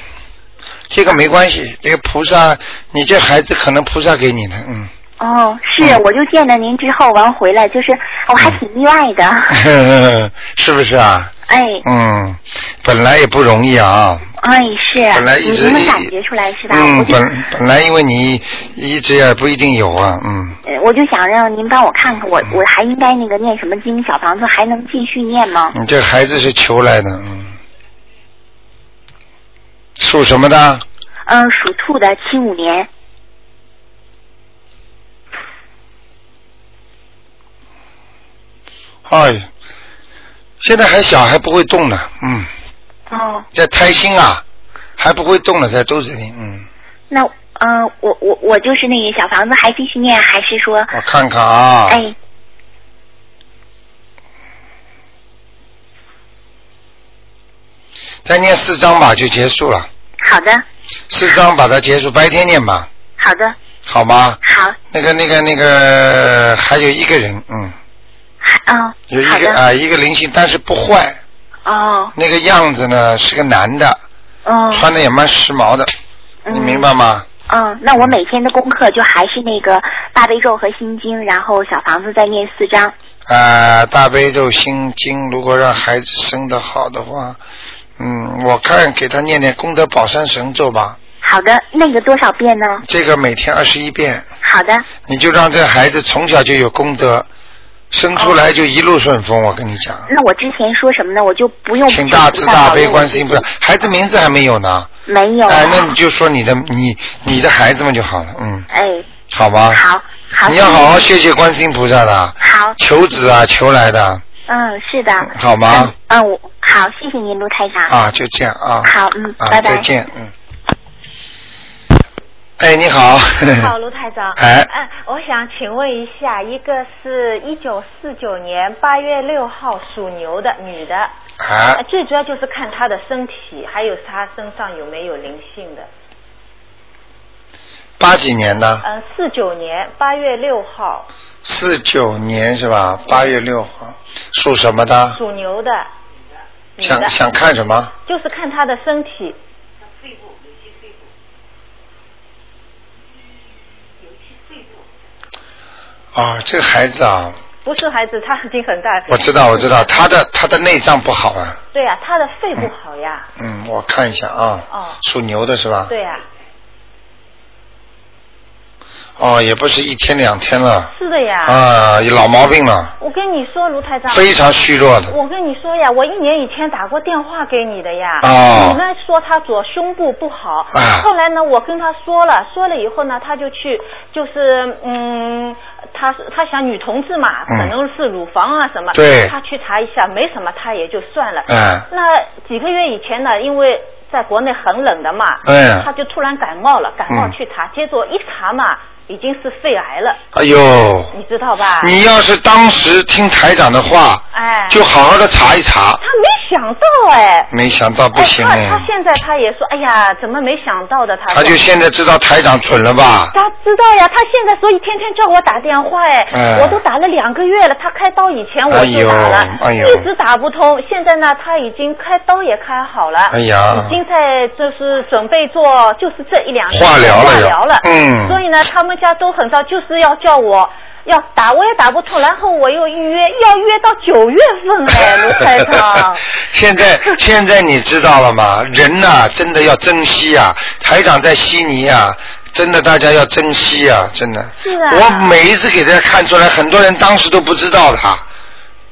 [SPEAKER 2] 这个没关系，这个菩萨，你这孩子可能菩萨给你的，嗯。 [LAUGHS]
[SPEAKER 8] 哦，是，我就见着您之后完回来，就是我还挺意外的。
[SPEAKER 2] 嗯是不是啊？ [LAUGHS]
[SPEAKER 8] 哎，
[SPEAKER 2] 嗯，本来也不容易啊。
[SPEAKER 8] 哎，是，
[SPEAKER 2] 本来一
[SPEAKER 8] 你
[SPEAKER 2] 直
[SPEAKER 8] 你能感觉出来是吧？我
[SPEAKER 2] 嗯，
[SPEAKER 8] 就
[SPEAKER 2] 本本来因为你一直也不一定有啊，嗯。
[SPEAKER 8] 呃我就想让您帮我看看我，我还应该那个念什么经？小房子还能继续念吗？
[SPEAKER 2] 你这孩子是求来的，嗯。属什么的？
[SPEAKER 8] 嗯，属兔的，七五年。
[SPEAKER 2] 哎，现在还小，还不会动呢，嗯，
[SPEAKER 8] 哦，
[SPEAKER 2] 在胎心啊，还不会动呢，在肚子里，嗯。
[SPEAKER 8] 那嗯、呃我我我就是那个小房子还继续念，还是说？
[SPEAKER 2] 我看看啊，
[SPEAKER 8] 哎，
[SPEAKER 2] 再念四章吧，就结束了。
[SPEAKER 8] 好的，
[SPEAKER 2] 四章把它结束，白天念吧，
[SPEAKER 8] 好的，
[SPEAKER 2] 好吗？
[SPEAKER 8] 好，
[SPEAKER 2] 那个、那个、那个，还有一个人，嗯，
[SPEAKER 8] 嗯，
[SPEAKER 2] 有一
[SPEAKER 8] 好
[SPEAKER 2] 个
[SPEAKER 8] 的
[SPEAKER 2] 啊、一个灵性，但是不坏，
[SPEAKER 8] 哦，
[SPEAKER 2] 那个样子呢是个男的，
[SPEAKER 8] 嗯，
[SPEAKER 2] 穿的也蛮时髦的，你明白吗？
[SPEAKER 8] 嗯，那我每天的功课就还是那个大悲咒和心经，然后小房子再念四张。
[SPEAKER 2] 啊、大悲咒心经，如果让孩子生得好的话，嗯，我看给他念念功德宝山神咒吧，
[SPEAKER 8] 好的，那个多少遍呢？
[SPEAKER 2] 这个每天二十一遍，
[SPEAKER 8] 好的，
[SPEAKER 2] 你就让这孩子从小就有功德，生出来就一路顺风。我跟你讲，
[SPEAKER 8] 那我之前说什么呢？我就不用
[SPEAKER 2] 请大慈大悲观世音菩萨
[SPEAKER 8] 菩萨，
[SPEAKER 2] 孩子名字还没有呢，
[SPEAKER 8] 保佑我自己没有啊。
[SPEAKER 2] 哎、那你就说你的你你的孩子们就好了，嗯，
[SPEAKER 8] 哎，
[SPEAKER 2] 好吗？
[SPEAKER 8] 好，好，
[SPEAKER 2] 啊你要好好
[SPEAKER 8] 谢
[SPEAKER 2] 谢谢观世音菩萨的，
[SPEAKER 8] 谢好，
[SPEAKER 2] 求子啊，求来的，
[SPEAKER 8] 嗯，是的，
[SPEAKER 2] 好吗？
[SPEAKER 8] 嗯，我好，谢谢您，卢台长。
[SPEAKER 2] 啊，就这样啊。
[SPEAKER 8] 好，嗯，
[SPEAKER 2] 啊，
[SPEAKER 8] 拜
[SPEAKER 2] 再
[SPEAKER 8] 拜。
[SPEAKER 2] 见，嗯。哎，你好。 [LAUGHS]
[SPEAKER 3] 好，卢台长。
[SPEAKER 2] 哎
[SPEAKER 3] 嗯，我想请问一下，一个是一九四九年八月六号属牛的女的，
[SPEAKER 2] 啊
[SPEAKER 3] 呃，最主要就是看她的身体，还有她身上有没有灵性的。
[SPEAKER 2] 八几年的？
[SPEAKER 3] 嗯，四九年八月六号
[SPEAKER 2] 四九年是吧？八月六号，属什么的？
[SPEAKER 3] 属牛的，女
[SPEAKER 2] 想
[SPEAKER 3] 的，
[SPEAKER 2] 想看什么？
[SPEAKER 3] 就是看她的身体。
[SPEAKER 2] 啊，这个孩子啊，
[SPEAKER 3] 不是孩子，她已经很大。
[SPEAKER 2] 我知道，我知道，他的他的内脏不好啊。
[SPEAKER 3] 对呀、她的肺不好呀。
[SPEAKER 2] 嗯，我看一下啊，
[SPEAKER 3] 哦，
[SPEAKER 2] 属牛的是吧？
[SPEAKER 3] 对呀、
[SPEAKER 2] 哦，也不是一天两天了，
[SPEAKER 3] 是的呀。
[SPEAKER 2] 啊，老毛病了。
[SPEAKER 3] 我跟你说，卢台长，
[SPEAKER 2] 非常虚弱的
[SPEAKER 3] 我跟你说呀，我一年以前打过电话给你的呀。
[SPEAKER 2] 哦
[SPEAKER 3] 你呢说他左胸部不好，
[SPEAKER 2] 啊
[SPEAKER 3] 后来呢我跟他说了，说了以后呢他就去，就是嗯，他他想女同志嘛，
[SPEAKER 2] 嗯
[SPEAKER 3] 可能是乳房啊什么，
[SPEAKER 2] 对
[SPEAKER 3] 他去查一下没什么，他也就算了。
[SPEAKER 2] 嗯
[SPEAKER 3] 那几个月以前呢，因为。在国内很冷的嘛，
[SPEAKER 2] 哎呀
[SPEAKER 3] 他就突然感冒了，感冒
[SPEAKER 2] 嗯
[SPEAKER 3] 去查，结果一查嘛，已经是肺癌了，
[SPEAKER 2] 哎呦，
[SPEAKER 3] 你知道吧？
[SPEAKER 2] 你要是当时听台长的话，
[SPEAKER 3] 哎，
[SPEAKER 2] 就好好的查一查
[SPEAKER 3] 他，没想到哎，
[SPEAKER 2] 没想到不行
[SPEAKER 3] 哎，他他
[SPEAKER 2] 哎，
[SPEAKER 3] 现在他也说，哎呀，怎么没想到的？他
[SPEAKER 2] 他
[SPEAKER 3] 说
[SPEAKER 2] 就现在知道台长准了吧？
[SPEAKER 3] 他知道呀，他现在所以天天叫我打电话哎，
[SPEAKER 2] 哎
[SPEAKER 3] 我都打了两个月了。他开刀以前
[SPEAKER 2] 哎
[SPEAKER 3] 我
[SPEAKER 2] 呦
[SPEAKER 3] 就打了，
[SPEAKER 2] 哎呦
[SPEAKER 3] 一直打不通。现在呢，他已经开刀也开好了，
[SPEAKER 2] 哎呀
[SPEAKER 3] 已经在就是准备做，就是这一两天
[SPEAKER 2] 化疗了
[SPEAKER 3] 化
[SPEAKER 2] 呀
[SPEAKER 3] 疗了。
[SPEAKER 2] 嗯
[SPEAKER 3] 所以呢，他们家都很着，就是要叫我。要打我也打不通，然后我又预约，要约到九月份
[SPEAKER 2] [LAUGHS]
[SPEAKER 3] 哎，卢台长。
[SPEAKER 2] 现在现在你知道了吗？人呐、真的要珍惜啊！台长在悉尼啊，真的大家要珍惜啊！真的，
[SPEAKER 3] 是啊
[SPEAKER 2] 我每一次给大家看出来，很多人当时都不知道他。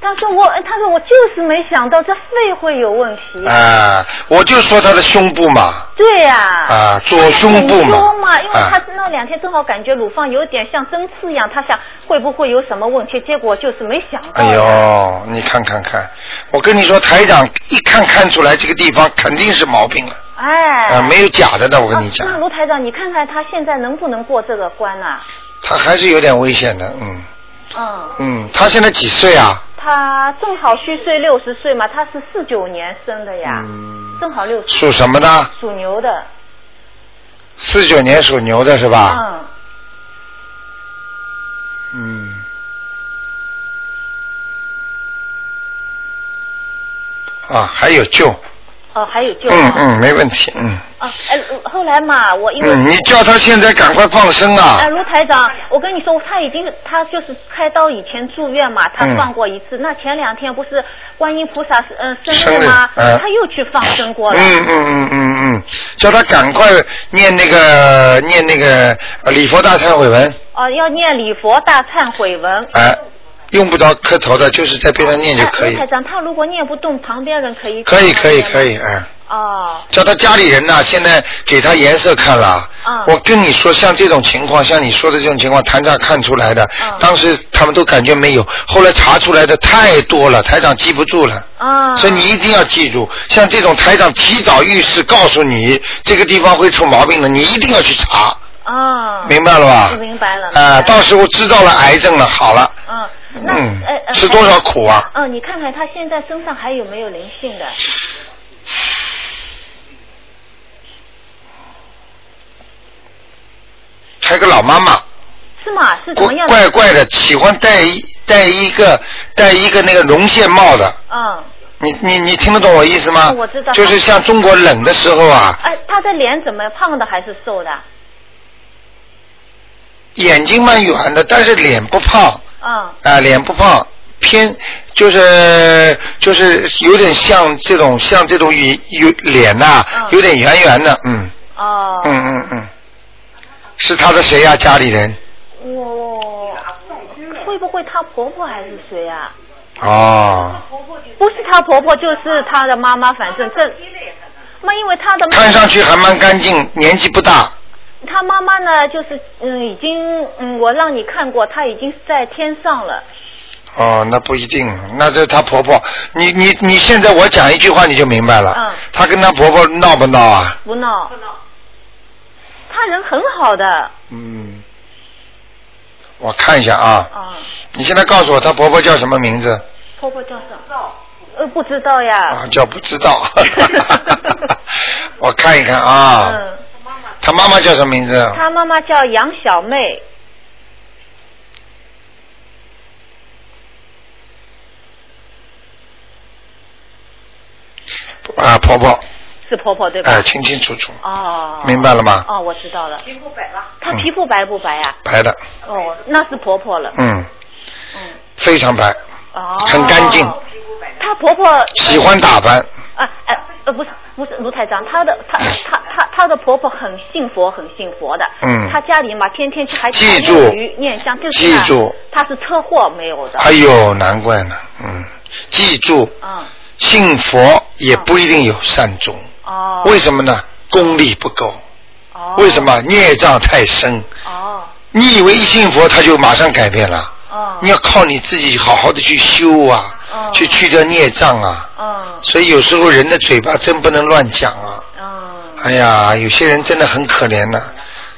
[SPEAKER 3] 但是我，他说我就是没想到这肺会有问题。
[SPEAKER 2] 啊，我就说他的胸部嘛，
[SPEAKER 3] 对呀、
[SPEAKER 2] 啊，左胸部嘛
[SPEAKER 3] 很凶嘛，因为他
[SPEAKER 2] 啊
[SPEAKER 3] 那两天正好感觉乳房有点像针刺一样，他想会不会有什么问题，结果就是没想到。
[SPEAKER 2] 哎呦，你看看看，我跟你说，台长一看看出来这个地方肯定是毛病了，
[SPEAKER 3] 哎，
[SPEAKER 2] 啊，没有假的的，我跟你
[SPEAKER 3] 啊那
[SPEAKER 2] 讲，
[SPEAKER 3] 卢台长，你看看他现在能不能过这个关啊？
[SPEAKER 2] 他还是有点危险的，嗯
[SPEAKER 3] 嗯，
[SPEAKER 2] 嗯，他现在几岁啊？
[SPEAKER 3] 他正好虚岁六十岁嘛，他是四九年生的呀，
[SPEAKER 2] 嗯
[SPEAKER 3] 正好六十，
[SPEAKER 2] 属什么的？
[SPEAKER 3] 属牛的。
[SPEAKER 2] 四九年属牛的是吧？
[SPEAKER 3] 嗯，
[SPEAKER 2] 嗯。啊，还有救，
[SPEAKER 3] 哦，还有救。
[SPEAKER 2] 啊
[SPEAKER 3] 哦啊
[SPEAKER 2] 嗯嗯，没问题，嗯，
[SPEAKER 3] 嗯，啊，哎，后来嘛，我因为、
[SPEAKER 2] 嗯你叫他现在赶快放生啊
[SPEAKER 3] 哎，卢台长，我跟你说，他已经他就是开刀以前住院嘛，他
[SPEAKER 2] 嗯
[SPEAKER 3] 放过一次。那前两天不是观音菩萨嗯、呃、
[SPEAKER 2] 生
[SPEAKER 3] 生
[SPEAKER 2] 日
[SPEAKER 3] 日吗？
[SPEAKER 2] 嗯
[SPEAKER 3] 他又去放生过了。
[SPEAKER 2] 嗯嗯嗯嗯嗯，叫他赶快念那个念那个呃礼佛大忏悔文，
[SPEAKER 3] 哦、要念礼佛大忏悔文。
[SPEAKER 2] 哎、用不着磕头的，就是在边上念就
[SPEAKER 3] 哎
[SPEAKER 2] 可以
[SPEAKER 3] 卢台，长，他如果念不动，旁边人可以。
[SPEAKER 2] 可以可以可以，。哎、
[SPEAKER 3] 哦，
[SPEAKER 2] 叫他家里人呐、现在给他颜色看了。
[SPEAKER 3] 嗯
[SPEAKER 2] 我跟你说，像这种情况，像你说的这种情况，台长看出来的，当时他们都感觉没有，后来查出来的太多了，台长记不住了。
[SPEAKER 3] 啊。
[SPEAKER 2] 所以你一定要记住，像这种台长提早预示告诉你这个地方会出毛病的，你一定要去查。
[SPEAKER 3] 啊。
[SPEAKER 2] 明白了吧
[SPEAKER 3] 我明白了。
[SPEAKER 2] 啊、到时候知道了癌症了，好了，
[SPEAKER 3] 嗯，那
[SPEAKER 2] 嗯
[SPEAKER 3] 呃呃，
[SPEAKER 2] 吃多少苦啊？
[SPEAKER 3] 嗯，你看看他现在身上还有没有灵性的？
[SPEAKER 2] 还有个老妈妈，
[SPEAKER 3] 是吗？是什
[SPEAKER 2] 怪
[SPEAKER 3] 么样的？
[SPEAKER 2] 怪怪的，喜欢戴一戴一个戴一个那个绒线帽的。
[SPEAKER 3] 嗯。
[SPEAKER 2] 你你你听得懂我意思吗？
[SPEAKER 3] 嗯我知道
[SPEAKER 2] 就是像中国冷的时候啊，
[SPEAKER 3] 哎，他的脸怎么胖的还是瘦的？
[SPEAKER 2] 眼睛蛮圆的，但是脸不胖啊、
[SPEAKER 3] 嗯，
[SPEAKER 2] 脸不胖，偏就是就是有点像这种像这种圆有脸呐、有点圆圆的，嗯。
[SPEAKER 3] 哦。
[SPEAKER 2] 嗯嗯嗯。是他的谁呀、家里人。
[SPEAKER 3] 哇，会不会她婆婆还是谁啊？
[SPEAKER 2] 哦，
[SPEAKER 3] 不是她婆婆，就是她的妈妈，反正这。那因为她的妈
[SPEAKER 2] 看上去还蛮干净，年纪不大。
[SPEAKER 3] 她妈妈呢，就是嗯，已经嗯，我让你看过，她已经在天上了。
[SPEAKER 2] 哦，那不一定，那这是她婆婆。你你你现在我讲一句话你就明白了。
[SPEAKER 3] 嗯
[SPEAKER 2] 她跟她婆婆闹不闹啊？
[SPEAKER 3] 不闹。他人很好的，
[SPEAKER 2] 嗯，我看一下啊。
[SPEAKER 3] 啊，
[SPEAKER 2] 你现在告诉我她婆婆叫什么名字？
[SPEAKER 3] 婆婆叫什么？呃，不知道呀。
[SPEAKER 2] 啊，叫不知
[SPEAKER 3] [LAUGHS]
[SPEAKER 2] 道。我看一看啊，
[SPEAKER 3] 嗯，
[SPEAKER 2] 她妈妈叫什么名字？
[SPEAKER 3] 他妈妈叫杨小妹，
[SPEAKER 2] 啊，婆婆，
[SPEAKER 3] 是婆婆对吧？
[SPEAKER 2] 哎，清清楚楚，
[SPEAKER 3] 哦。
[SPEAKER 2] 明白了吗
[SPEAKER 3] 哦，我知道了。皮肤白吗？她皮肤白不白呀、
[SPEAKER 2] 白的，
[SPEAKER 3] 哦，那是婆婆了。
[SPEAKER 2] 嗯，非常白，
[SPEAKER 3] 哦。
[SPEAKER 2] 很干净，
[SPEAKER 3] 她婆婆
[SPEAKER 2] 喜欢打扮。
[SPEAKER 3] 啊哎呃不是不是卢台长，她的她她她她的婆婆很信佛，很信佛的。
[SPEAKER 2] 嗯
[SPEAKER 3] 她家里嘛，天天去还
[SPEAKER 2] 记
[SPEAKER 3] 念
[SPEAKER 2] 住
[SPEAKER 3] 鱼念香，就是啊
[SPEAKER 2] 记住。
[SPEAKER 3] 她是车祸没有的。
[SPEAKER 2] 哎呦，难怪呢，嗯，记住，
[SPEAKER 3] 嗯，
[SPEAKER 2] 信佛也不一定有善终。
[SPEAKER 3] 哦。
[SPEAKER 2] 为什么呢？功力不够。
[SPEAKER 3] 哦。
[SPEAKER 2] 为什么孽障太深？
[SPEAKER 3] 哦。
[SPEAKER 2] 你以为一信佛他就马上改变了？
[SPEAKER 3] 哦。
[SPEAKER 2] 你要靠你自己好好的去修啊，
[SPEAKER 3] 哦
[SPEAKER 2] 去去掉孽障啊。
[SPEAKER 3] 嗯。
[SPEAKER 2] 所以有时候人的嘴巴真不能乱讲啊。
[SPEAKER 3] 哦
[SPEAKER 2] 哎呀，有些人真的很可怜呐、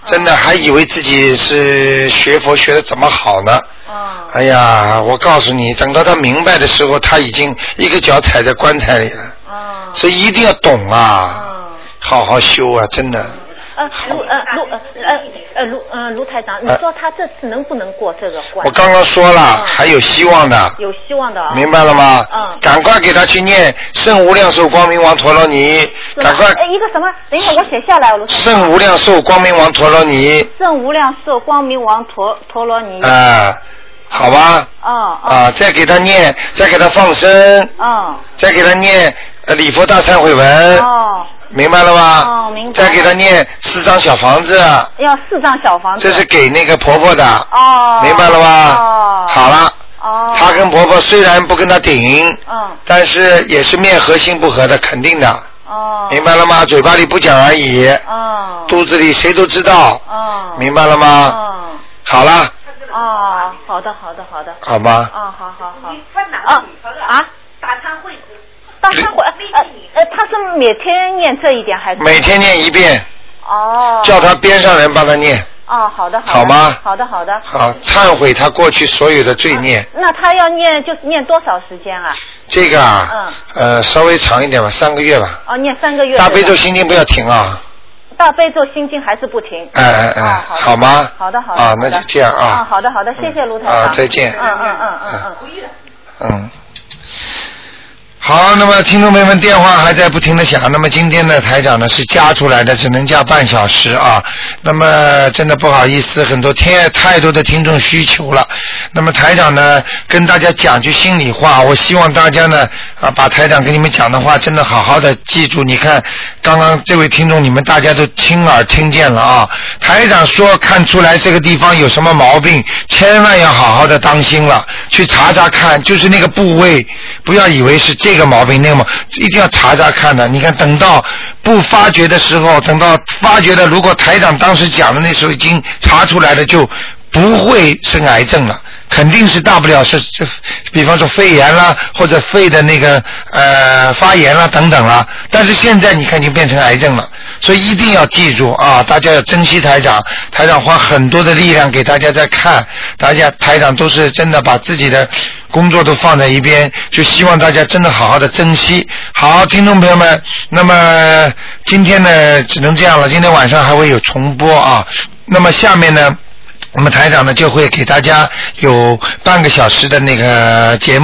[SPEAKER 2] 真的还以为自己是学佛学的怎么好呢？
[SPEAKER 3] 哦
[SPEAKER 2] 哎呀，我告诉你，等到他明白的时候，他已经一个脚踩在棺材里了。
[SPEAKER 3] 哦
[SPEAKER 2] 所以一定要懂啊，好好修啊，真的。
[SPEAKER 3] 呃，卢呃卢呃呃呃卢呃卢台长，你
[SPEAKER 2] 呃
[SPEAKER 3] 说他这次能不能过这个关？
[SPEAKER 2] 我刚刚说
[SPEAKER 3] 哦
[SPEAKER 2] 了，还有希望的。
[SPEAKER 3] 有希望的啊。
[SPEAKER 2] 明白了吗？
[SPEAKER 3] 嗯。
[SPEAKER 2] 赶快给他去念圣无量寿光明王陀罗尼，
[SPEAKER 3] 是吧
[SPEAKER 2] 赶快
[SPEAKER 3] 哎，一个什么？等一下，我写下来，卢台长。
[SPEAKER 2] 圣无量寿光明王陀罗尼
[SPEAKER 3] 圣无量寿光明王陀陀罗尼。
[SPEAKER 2] 啊、好吧？
[SPEAKER 3] 哦哦。
[SPEAKER 2] 啊，再给他念，再给他放生，
[SPEAKER 3] 嗯。
[SPEAKER 2] 再给他念呃礼佛大忏悔文，
[SPEAKER 3] 哦，
[SPEAKER 2] 明白了吗？
[SPEAKER 3] 哦明白
[SPEAKER 2] 再给他念四张小房子，
[SPEAKER 3] 要四张小房子。
[SPEAKER 2] 这是给那个婆婆的，
[SPEAKER 3] 哦。
[SPEAKER 2] 明白了吧？
[SPEAKER 3] 哦。
[SPEAKER 2] 好了，
[SPEAKER 3] 哦。
[SPEAKER 2] 她跟婆婆虽然不跟她顶，
[SPEAKER 3] 嗯。
[SPEAKER 2] 但是也是面和心不和的，肯定的。
[SPEAKER 3] 哦。
[SPEAKER 2] 明白了吗？嘴巴里不讲而已，
[SPEAKER 3] 哦。
[SPEAKER 2] 肚子里谁都知道，
[SPEAKER 3] 哦。
[SPEAKER 2] 明白了吗？
[SPEAKER 3] 嗯。
[SPEAKER 2] 好了，
[SPEAKER 3] 哦，好的，好的，好的。
[SPEAKER 2] 好吧
[SPEAKER 3] 啊、好好好。你穿哪个啊？打餐会。打餐会，呃呃，他是每天念这一点还是？
[SPEAKER 2] 每天念一。遍，
[SPEAKER 3] 哦。
[SPEAKER 2] 叫他边上人帮他念，
[SPEAKER 3] 哦，好的，
[SPEAKER 2] 好
[SPEAKER 3] 的
[SPEAKER 2] 吗
[SPEAKER 3] 好的，好的。
[SPEAKER 2] 好，忏悔他过去所有的罪孽。
[SPEAKER 3] 那他要念，就是念多少时间啊？
[SPEAKER 2] 这个啊，
[SPEAKER 3] 嗯，
[SPEAKER 2] 呃，稍微长一点吧，三个月吧。
[SPEAKER 3] 哦，念三个月。
[SPEAKER 2] 大悲咒
[SPEAKER 3] 对吧
[SPEAKER 2] 心经不要停啊，
[SPEAKER 3] 大悲咒心经还是不停。哦
[SPEAKER 2] 哎哎哎，
[SPEAKER 3] 好的
[SPEAKER 2] 好吗？
[SPEAKER 3] 好的，好的。
[SPEAKER 2] 啊
[SPEAKER 3] 好，
[SPEAKER 2] 那
[SPEAKER 3] 的
[SPEAKER 2] 就这样
[SPEAKER 3] 啊，
[SPEAKER 2] 啊，
[SPEAKER 3] 好的，好的，谢谢卢台嗯
[SPEAKER 2] 啊
[SPEAKER 3] 长。
[SPEAKER 2] 再见
[SPEAKER 3] 嗯嗯嗯嗯嗯。
[SPEAKER 2] 嗯，好，好，那么听众朋友们，电话还在不停的响。那么今天的台长呢是加出来的，只能加半小时啊。那么真的不好意思，很多天太多的听众需求了。那么台长呢跟大家讲句心里话，我希望大家呢啊把台长给你们讲的话真的好好的记住。你看刚刚这位听众，你们大家都亲耳听见了啊。台长说看出来这个地方有什么毛病，千万要好好的当心了，去查查看，就是那个部位，不要以为是这个毛病那个毛，一定要查查看的。你看，等到不发觉的时候，等到发觉的，如果台长当时讲的那时候已经查出来了，就不会是癌症了。肯定是大不了是这，比方说肺炎啦，或者肺的那个呃发炎啦等等啦。但是现在你看已经变成癌症了，所以一定要记住啊，大家要珍惜台长，台长花很多的力量给大家在看，大家台长都是真的把自己的工作都放在一边，就希望大家真的好好的珍惜。好，听众朋友们，那么今天呢只能这样了，今天晚上还会有重播啊。那么下面呢？我们台长呢就会给大家有半个小时的那个节目。